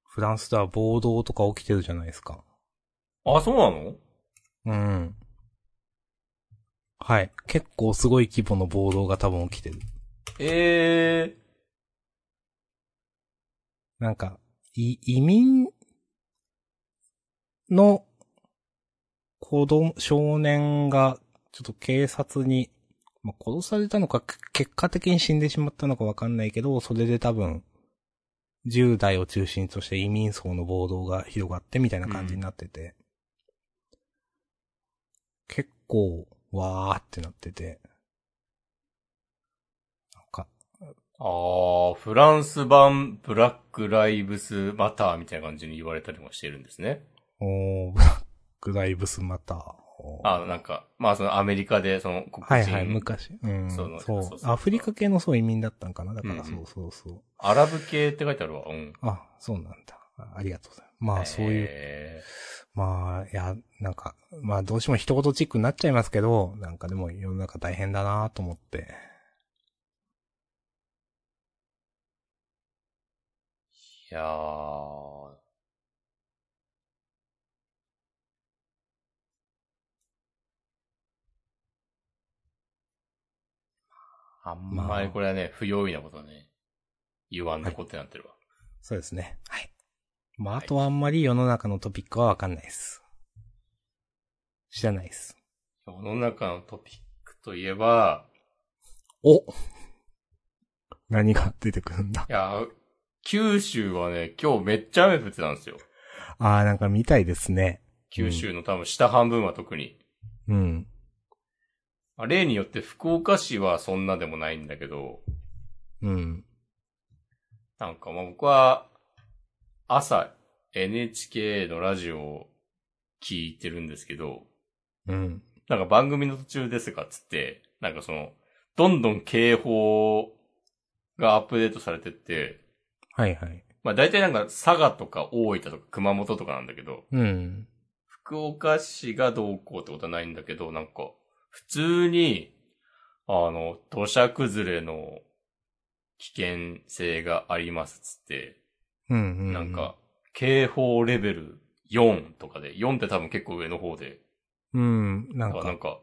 A: フランスでは暴動とか起きてるじゃないですか。
B: あ、そうなの
A: うん。はい。結構すごい規模の暴動が多分起きてる。
B: ええ
A: なんか、い移民の子供、少年がちょっと警察に、まあ、殺されたのか、け結果的に死んでしまったのかわかんないけど、それで多分、10代を中心として移民層の暴動が広がってみたいな感じになってて、結構、わーってなってて、なんか、
B: ああ、フランス版ブラックライブスマターみたいな感じに言われたりもしてるんですね。
A: おー、 (laughs) ブラックライブスマター。
B: あなんか、まあそのアメリカでその黒人、
A: はいはい、昔。うん。
B: そ
A: そうう
B: そうそうそう
A: アフリカ系のそう移民だったんかなだから、
B: うん
A: そうそうそう。
B: アラブ系って書いてあるわ。うん。
A: あ、そうなんだ。あありがとうございます。まあ、そういう、
B: え
A: まあ、いや、なんか、まあ、どうしても一言チックになっちゃいますけど、なんかでも世の中大変だなと思って。
B: ーいやー。あんまりこれはね、不用意なことはね、言わんとこってなってるわ。
A: そうですね。はい。まあ、
B: は
A: あ
B: い
A: とはあんまり世の中のトピックはわかんないです。知らないです。
B: 世の中のトピックといえば、
A: お (laughs) 何が出てくるん
B: (laughs)
A: だ
B: いや、九州はね、今日めっちゃ雨降ってたんですよ。
A: ああ、なんか見たいですね。
B: 九州の多分下半分は特に。
A: うん。
B: まあ例によって福岡市はそんなでもないんだけど、
A: うん。
B: なんかまあ僕は朝 NHK のラジオを聞いてるんですけど、
A: うん。
B: なんか番組の途中ですがっつって、なんかその、どんどん警報がアップデートされてって、
A: はいはい。
B: まあ大体なんか佐賀とか大分とか熊本とかなんだけど、
A: うん。
B: 福岡市がどうこうってことはないんだけど、なんか、普通に、あの、土砂崩れの危険性がありますっつって、
A: うん、うん。
B: なんか、警報レベル4とかで、4って多分結構上の方で、
A: うん、なん
B: だから
A: か、
B: なんか、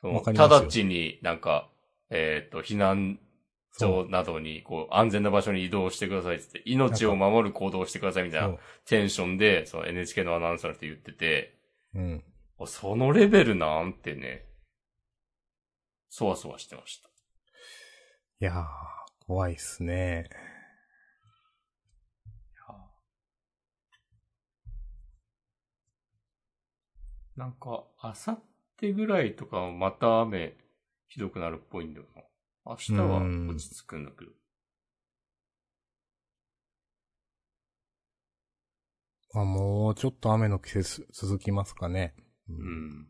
B: その
A: わかりますよ
B: 直ちになんか、えっ、と、避難
A: そう
B: 所などに、こう、安全な場所に移動してくださいっつって、命を守る行動をしてくださいみたい
A: そ
B: な
A: う
B: テンションで、その NHK のアナウンサーの人言ってて、
A: うん。
B: あそのレベルなんてね、そわそわしてました。
A: いやー、怖いっすね。
B: なんか、あさってぐらいとかまた雨ひどくなるっぽいんだよな。明日は落ち着くんだけど。
A: まあ、もうちょっと雨の季節続きますかね。う
B: う。ん。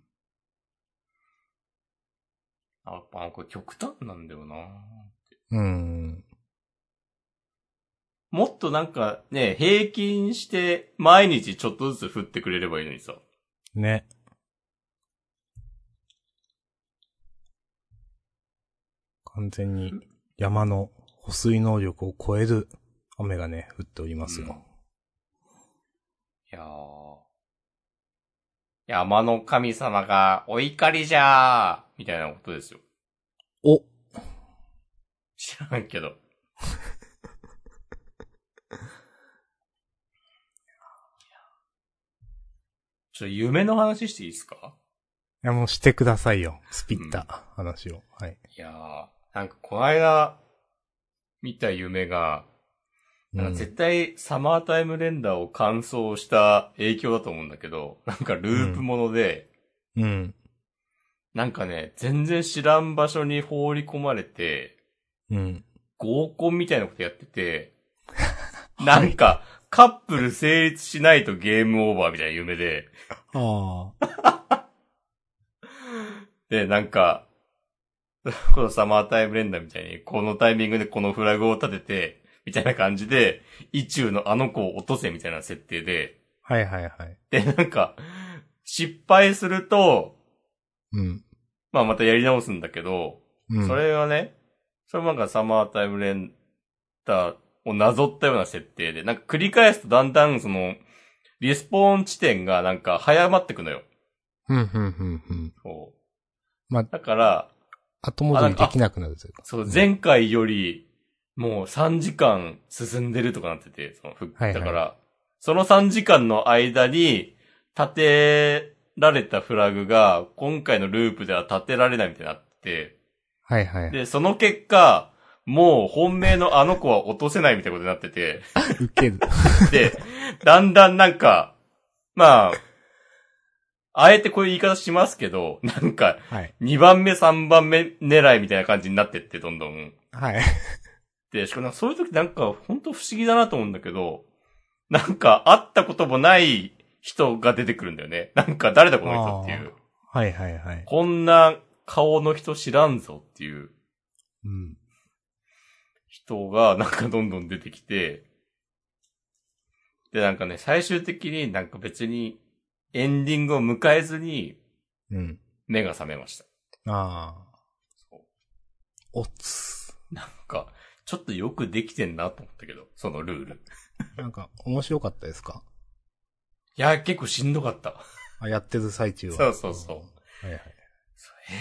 B: あやっぱなんか極端なんだよな。
A: うん。
B: もっとなんかね、平均して毎日ちょっとずつ降ってくれればいいのにさ。
A: ね。完全に山の保水能力を超える雨がね、降っておりますよ。
B: いやー。山の神様がお怒りじゃーみたいなことですよ。
A: お
B: 知らん (laughs) けど。ちょ、夢の話していいですか
A: いや、もうしてくださいよ。スピッタ、話を。はい。
B: いやー、なんかこの間、見た夢が、なんか絶対サマータイムレンダーを完走した影響だと思うんだけど、なんかループもので、
A: うん。
B: なんかね、全然知らん場所に放り込まれて、
A: うん。
B: 合コンみたいなことやってて、なんか、カップル成立しないとゲームオーバーみたいな夢で、
A: ああ。
B: で、なんか、 (laughs) このサマータイム連打みたいに、このタイミングでこのフラグを立てて、みたいな感じで、意中のあの子を落とせみたいな設定で、
A: はいはいはい。
B: で、なんか、失敗すると、
A: うん。
B: まあまたやり直すんだけど、
A: うん。
B: それはね、それもなんかサマータイムレンターをなぞったような設定で、なんか繰り返すとだんだんその、リスポーン地点がなんか早まってくのよ。
A: うん、うん、うん、うん。
B: そう
A: まあ
B: だから、
A: 後戻りできなくなるというか。
B: そう、前回より、もう3時間進んでるとかなってて、その復
A: はいは
B: だ
A: い
B: から、その3時間の間に、立てられたフラグが、今回のループでは立てられないみたいになって
A: はいはい
B: て、。で、その結果、もう本命のあの子は落とせないみたいなことになってて、
A: 受ける。 (laughs)
B: で、だんだんなんか、まあ、あえてこういう言い方しますけど、なんか、
A: はい。
B: 2番目、3番目狙いみたいな感じになってって、どんどん。
A: はい。
B: で、しかもなんかそういう時なんか本当不思議だなと思うんだけど、なんか会ったこともない人が出てくるんだよね。なんか誰だこの人っていう。
A: はいはいはい。
B: こんな顔の人知らんぞっていう
A: うん。
B: 人がなんかどんどん出てきて、でなんかね、最終的になんか別にエンディングを迎えずに
A: うん。
B: 目が覚めました。
A: ああ
B: そう。
A: おつ。
B: なんか、ちょっとよくできてんなと思ったけど、そのルール。い
A: なんか、面白かったですか
B: や、結構しんどかった。
A: あ、やってる最中は。
B: そうそうそう。
A: うん。はいはい。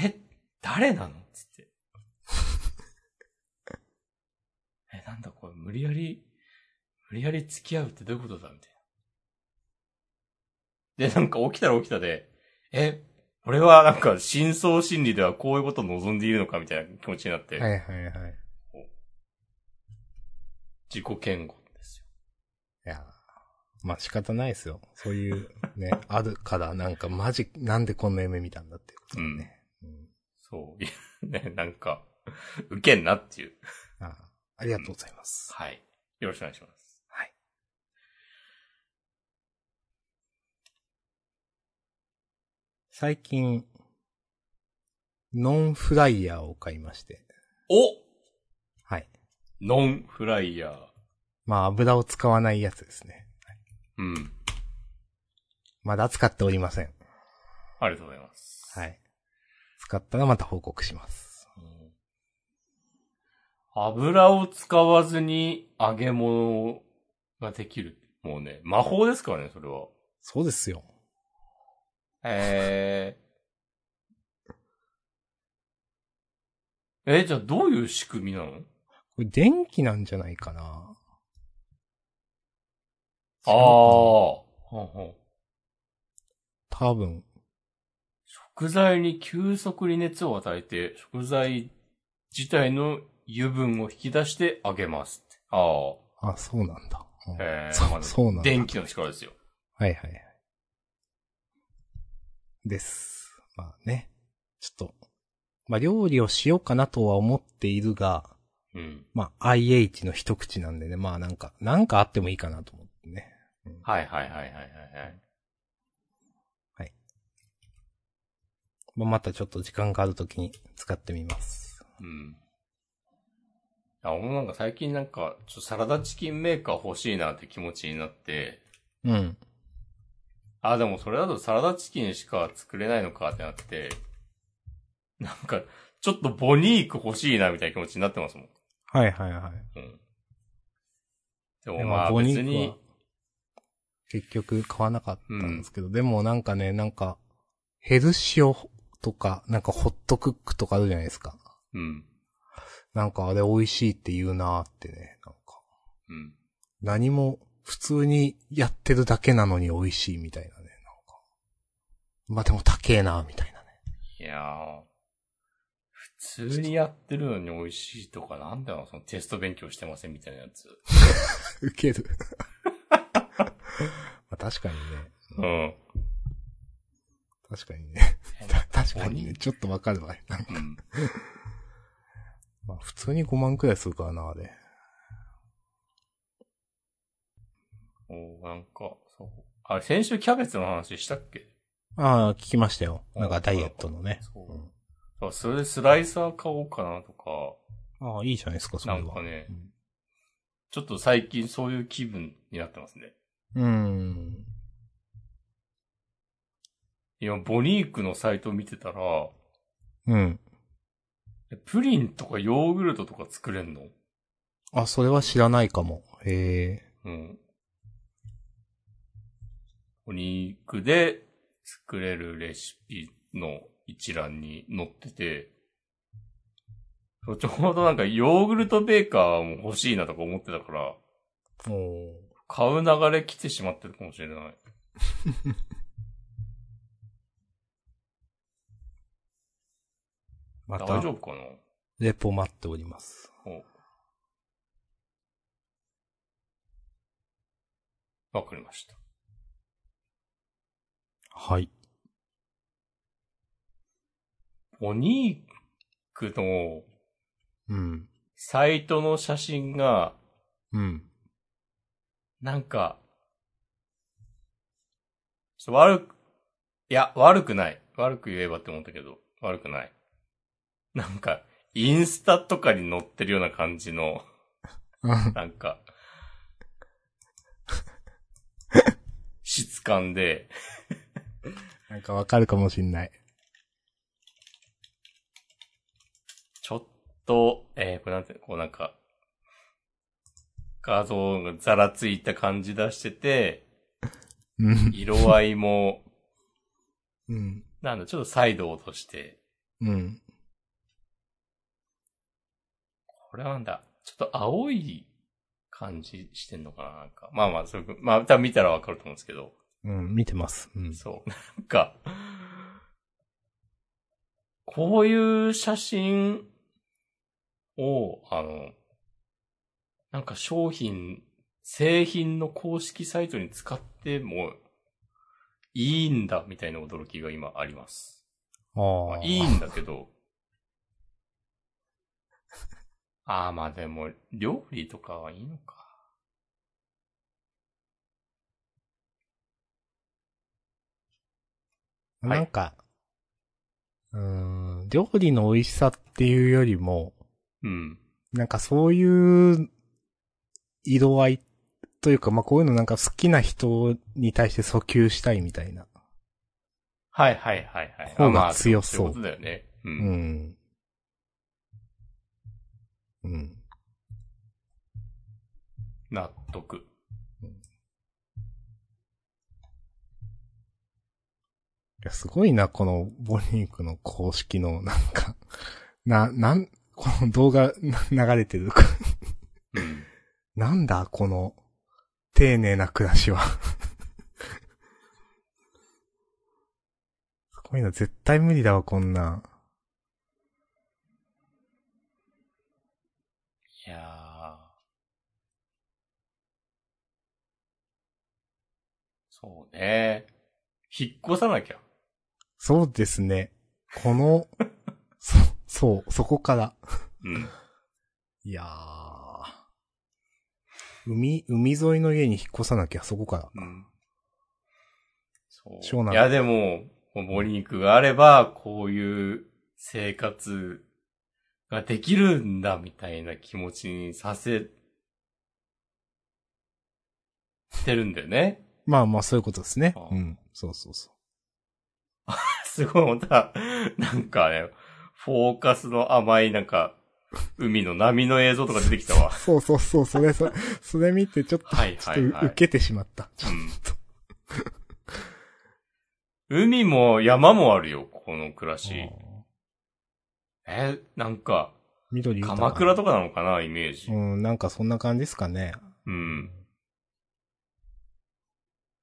B: え、誰なのつって。 (laughs) え、なんだこれ、無理やり、無理やり付き合うってどういうことだみたいな。で、なんか起きたら起きたで、え、俺はなんか真相心理ではこういうことを望んでいるのかみたいな気持ちになって、
A: はいはいはい。
B: 自己嫌悪ですよ。
A: いやー、まあ仕方ないですよ。そういうね、 (laughs) あるから、なんかマジ、なんでこんな夢見たんだっていうことだね。うん
B: そう。いやね、なんか、ウケんなっていう。
A: あーありがとうございます。
B: はい。よろしくお願いします。
A: はい。最近、ノンフライヤーを買いまして。
B: お
A: はい。
B: ノンフライヤー。
A: まあ油を使わないやつですね。
B: うん。
A: まだ使っておりません。
B: ありがとうございます。
A: はい。使ったらまた報告します。
B: 油を使わずに揚げ物ができる。もうね、魔法ですからね、それは。
A: そうですよ。
B: えー、え、じゃあどういう仕組みなの
A: これ電気なんじゃないかな
B: ああ。ほんほん
A: 多分。
B: 食材に急速に熱を与えて、食材自体の油分を引き出して揚げますって。ああ。
A: あ、そうなんだ。うん
B: えー、ま
A: そ
B: あ
A: う、そうなんだ。
B: 電気の力ですよ。
A: はいはいはい。です。まあね。ちょっと。まあ料理をしようかなとは思っているが、
B: うん。
A: まあ IH の一口なんでね、まあなんか、なんかあってもいいかなと思ってね。
B: はいはいはいはいはいはい。
A: まあまたちょっと時間があるときに使ってみます。
B: うん。あ、俺もなんか最近なんか、ちょっとサラダチキンメーカー欲しいなって気持ちになって、
A: うん。
B: あ、でもそれだとサラダチキンしか作れないのかってなって、なんか、ちょっとボニーク欲しいなみたいな気持ちになってますもん。
A: はいはいはい。
B: うん。でもま
A: でも
B: あ別
A: ボニー
B: に
A: ク、結局買わなかったんですけど、でもなんかね、なんか、ヘルシオとか、なんかホットクックとかあるじゃないですか。
B: うん。
A: なんかあれ美味しいって言うなーってね、なんか。
B: うん。
A: 何も普通にやってるだけなのに美味しいみたいなね、なんか。まあでも高えなーみたいなね。
B: いやー、普通にやってるのに美味しいとか、なんだろう、そのテスト勉強してませんみたいなやつ。
A: ウケ (laughs) る。まあ確かにね。
B: うん。
A: 確かにね。た (laughs) 確かに
B: ボニ
A: ね。
B: ー
A: ちょっとわかるわ。なんか
B: うん。
A: まあ普通に5万くらいするからな、あれ。
B: おなんか、そう。あれ、先週キャベツの話したっけ
A: ああ、聞きましたよ。なんかダイエットのね。
B: そう
A: うん
B: そう。それでスライサー買おうかなとか、
A: ああ、いいじゃないですか、それ
B: な
A: は。
B: んかね
A: う、
B: ちょっと最近そういう気分になってますね。
A: ん。うん。
B: 今、ボニークのサイト見てたら、
A: うん。
B: プリンとかヨーグルトとか作れんの
A: あ、それは知らないかも。へ
B: うん。お肉で作れるレシピの一覧に載ってて、そうちょうどなんかヨーグルトベーカーも欲しいなとか思ってたから、
A: え。おー
B: 買う流れ来てしまってるかもしれない。
A: ま
B: 大
A: た
B: 丈、夫かな
A: レポ待っております。
B: わかりました。
A: はい。
B: お肉の
A: うん。
B: サイトの写真が、
A: うん。 (laughs)
B: なんか、ちょっと悪く、いや、悪くない。悪く言えばって思ったけど、悪くない。なんか、インスタとかに載ってるような感じの、なんか、質感で、
A: なんかわかるかもしんない。
B: ちょっと、えー、これなんて、こうなんか、画像がざらついた感じ出してて、
A: うん。
B: 色合いも、 (laughs)
A: うん。
B: なんだ、ちょっとサイドを落として、
A: うん。
B: これはなんだ、ちょっと青い感じしてんのかななんか。まあまあ、そういう、まあ、多分見たらわかると思うんですけど、
A: うん。見てます。うん。
B: そう、なんか、こういう写真を、あの、なんか商品、製品の公式サイトに使ってもいいんだ、みたいな驚きが今あります。ま
A: あ
B: あ
A: あ。
B: いいんだけど。ああ、まあでも、料理とかはいいのか。は
A: な
B: い
A: んか、うーん、料理の美味しさっていうよりも、
B: うん。
A: なんかそういう色合いというか、まあ、こういうのなんか好きな人に対して訴求したいみたいな。
B: はいはいはいはい。
A: 方が
B: あまあ
A: 強そう
B: いことだよね。う。
A: うんん。うん。
B: 納得。
A: いや、すごいな、このボニークの公式の、なんか、な、なん、この動画な流れてるか。
B: うん。
A: なんだ、この、丁寧な暮らしは。 (laughs) すごいな、絶対無理だわ、こんなん。
B: いやーそうね。引っ越さなきゃ。
A: そうですね。こ
B: (laughs)
A: の、そ、そう、そこから。
B: うん。
A: いやー。海、海沿いの家に引っ越さなきゃ、そこから。
B: うん。そう。
A: 湘南
B: いや、でも、ボニークがあれば、こういう生活ができるんだ、みたいな気持ちにさせ、てるんだよね。
A: まあまあ、そういうことですね
B: あー。
A: うん。そうそうそう。
B: すごい、また、なんかね、フォーカスの甘い、なんか、海の波の映像とか出てきたわ。
A: (laughs) そうそうそう、それ、それ、それ見て、ちょっと、
B: はい
A: ちょ
B: は
A: っ
B: い
A: と
B: はい
A: 受けてしまった。ちょっ
B: 海も山もあるよ、この暮ら
A: と
B: し。え、なんか、
A: 緑豊か
B: 鎌倉とかなのかな、イメージ
A: う。ん、なんかそんな感じですかね。
B: うん。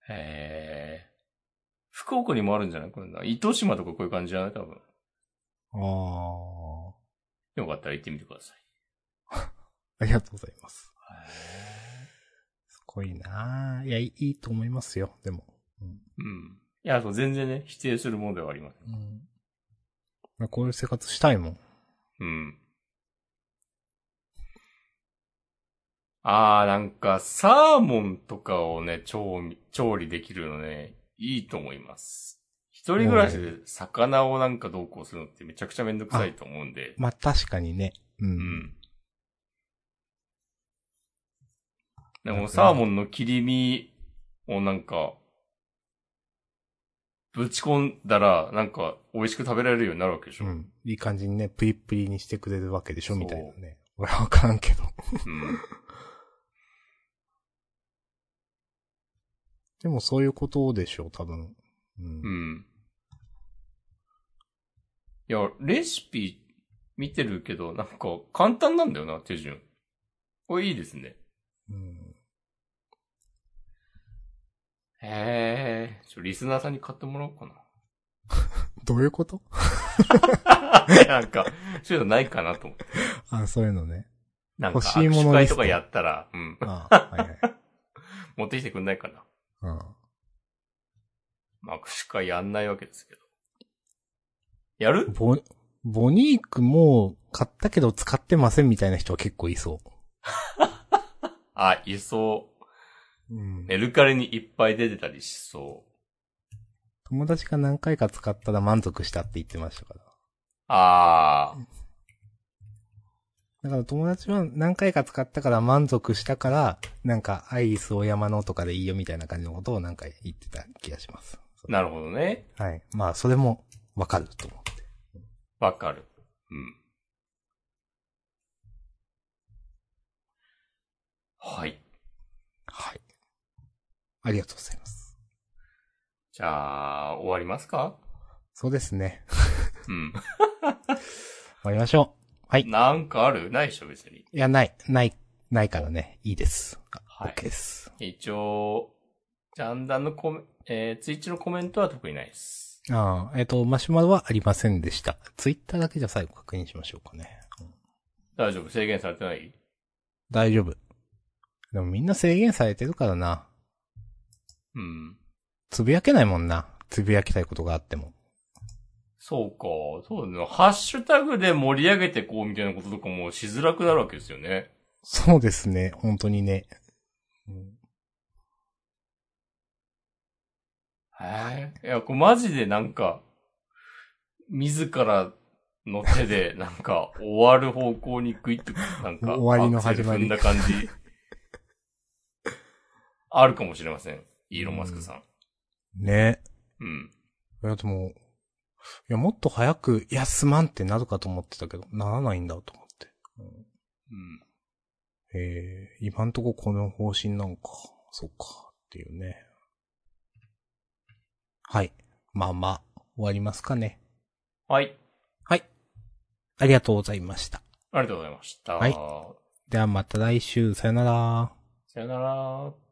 B: へえ。福岡にもあるんじゃないこれな。糸島とかこういう感じじゃない多分。
A: ああ。
B: よかったら行ってみてください。
A: ありがとうございます。すごいなあいや、いいいいと思いますよ、でも。うん
B: うん。いや、そう、全然ね、否定するものではありません。
A: うんまあ、こういう生活したいもん。
B: うん。あー、なんか、サーモンとかをね、調味調理できるのね、いいと思います。一人暮らしで魚をなんかどうこうするのってめちゃくちゃめんどくさいと思うんで。
A: まあ、確かにね。うん。
B: うん。
A: な
B: で
A: ん
B: も、
A: か
B: サーモンの切り身をなんか、ぶち込んだら、なんか、美味しく食べられるようになるわけでしょ。
A: う。ん。いい感じにね、プリップリにしてくれるわけでしょ
B: そう
A: みたいなね。俺はわからんけど。 (laughs)
B: うん
A: でもそういうことでしょう、多分。うん
B: う。ん。いや、レシピ見てるけど、なんか簡単なんだよな、手順。これいいですね。
A: うん。
B: へえ。ちょ、リスナーさんに買ってもらお
A: (laughs)
B: うか
A: どういうこと
B: な。なんか、そういうのないかなと思って。
A: あ、そういうのね。
B: なんか、
A: 欲しいも
B: 握手
A: のリ
B: 会
A: スト
B: とかやったら、うん。
A: (laughs) あはいはい。
B: 持ってきてくんないかな。
A: うん。
B: まあ、握手会やんないわけですけど。やる
A: ボ、ボニークも買ったけど使ってませんみたいな人は結構いそ
B: あ、いそう。
A: う。うん
B: メルカリにいっぱい出てたりしそう。
A: 友達が何回か使ったら満足したって言ってましたから。
B: あ
A: だから友達は何回か使ったから満足したから、なんかアイリスオーヤマのとかでいいよみたいな感じのことをなんか言ってた気がします。
B: ー、なるほどね。
A: はい。まあ、それもわかると思って。
B: わかる。うん。はい。
A: はい。ありがとうございます。
B: じゃあ、終わりますか
A: そうですね。
B: うん。
A: 終わりましょう。はい。
B: なんかあるないでしょ、別に。
A: いや、ない、ない、ないからね。いいです。
B: はい
A: OK です。
B: 一応、ジャンダンのコメ、えー、ツイッチのコメントは特にないです。
A: ああ、えっ、と、マシュマロはありませんでした。ツイッターだけじゃ最後確認しましょうかね。うん
B: 大丈夫制限されてない
A: 大丈夫。でもみんな制限されてるからな。
B: うん。
A: つぶやけないもんな。つぶやきたいことがあっても。
B: そうか。そうだね。ハッシュタグで盛り上げてこうみたいなこととかもしづらくなるわけですよね。
A: そうですね。本当にね。うん
B: ええいや、これマジでなんか、自らの手で、
A: (laughs)
B: なんか、終わる方向にグイッと、なんか、
A: 終わりの始まり
B: アクセル踏んだ感じ、
A: (laughs)
B: あるかもしれません。イーロン・マスクさん。
A: ね。
B: うん。
A: いや、でも、いや、もっと早く、いや、すまんってなるかと思ってたけど、ならないんだと思って。
B: うん。
A: ええ今んとここの方針なんか、そっか、っていうね。はい。まあまあ、終わりますかね。
B: はい。
A: はい。ありがとうございました。
B: ありがとうございました。
A: はいではまた来週、さよなら。
B: さよなら。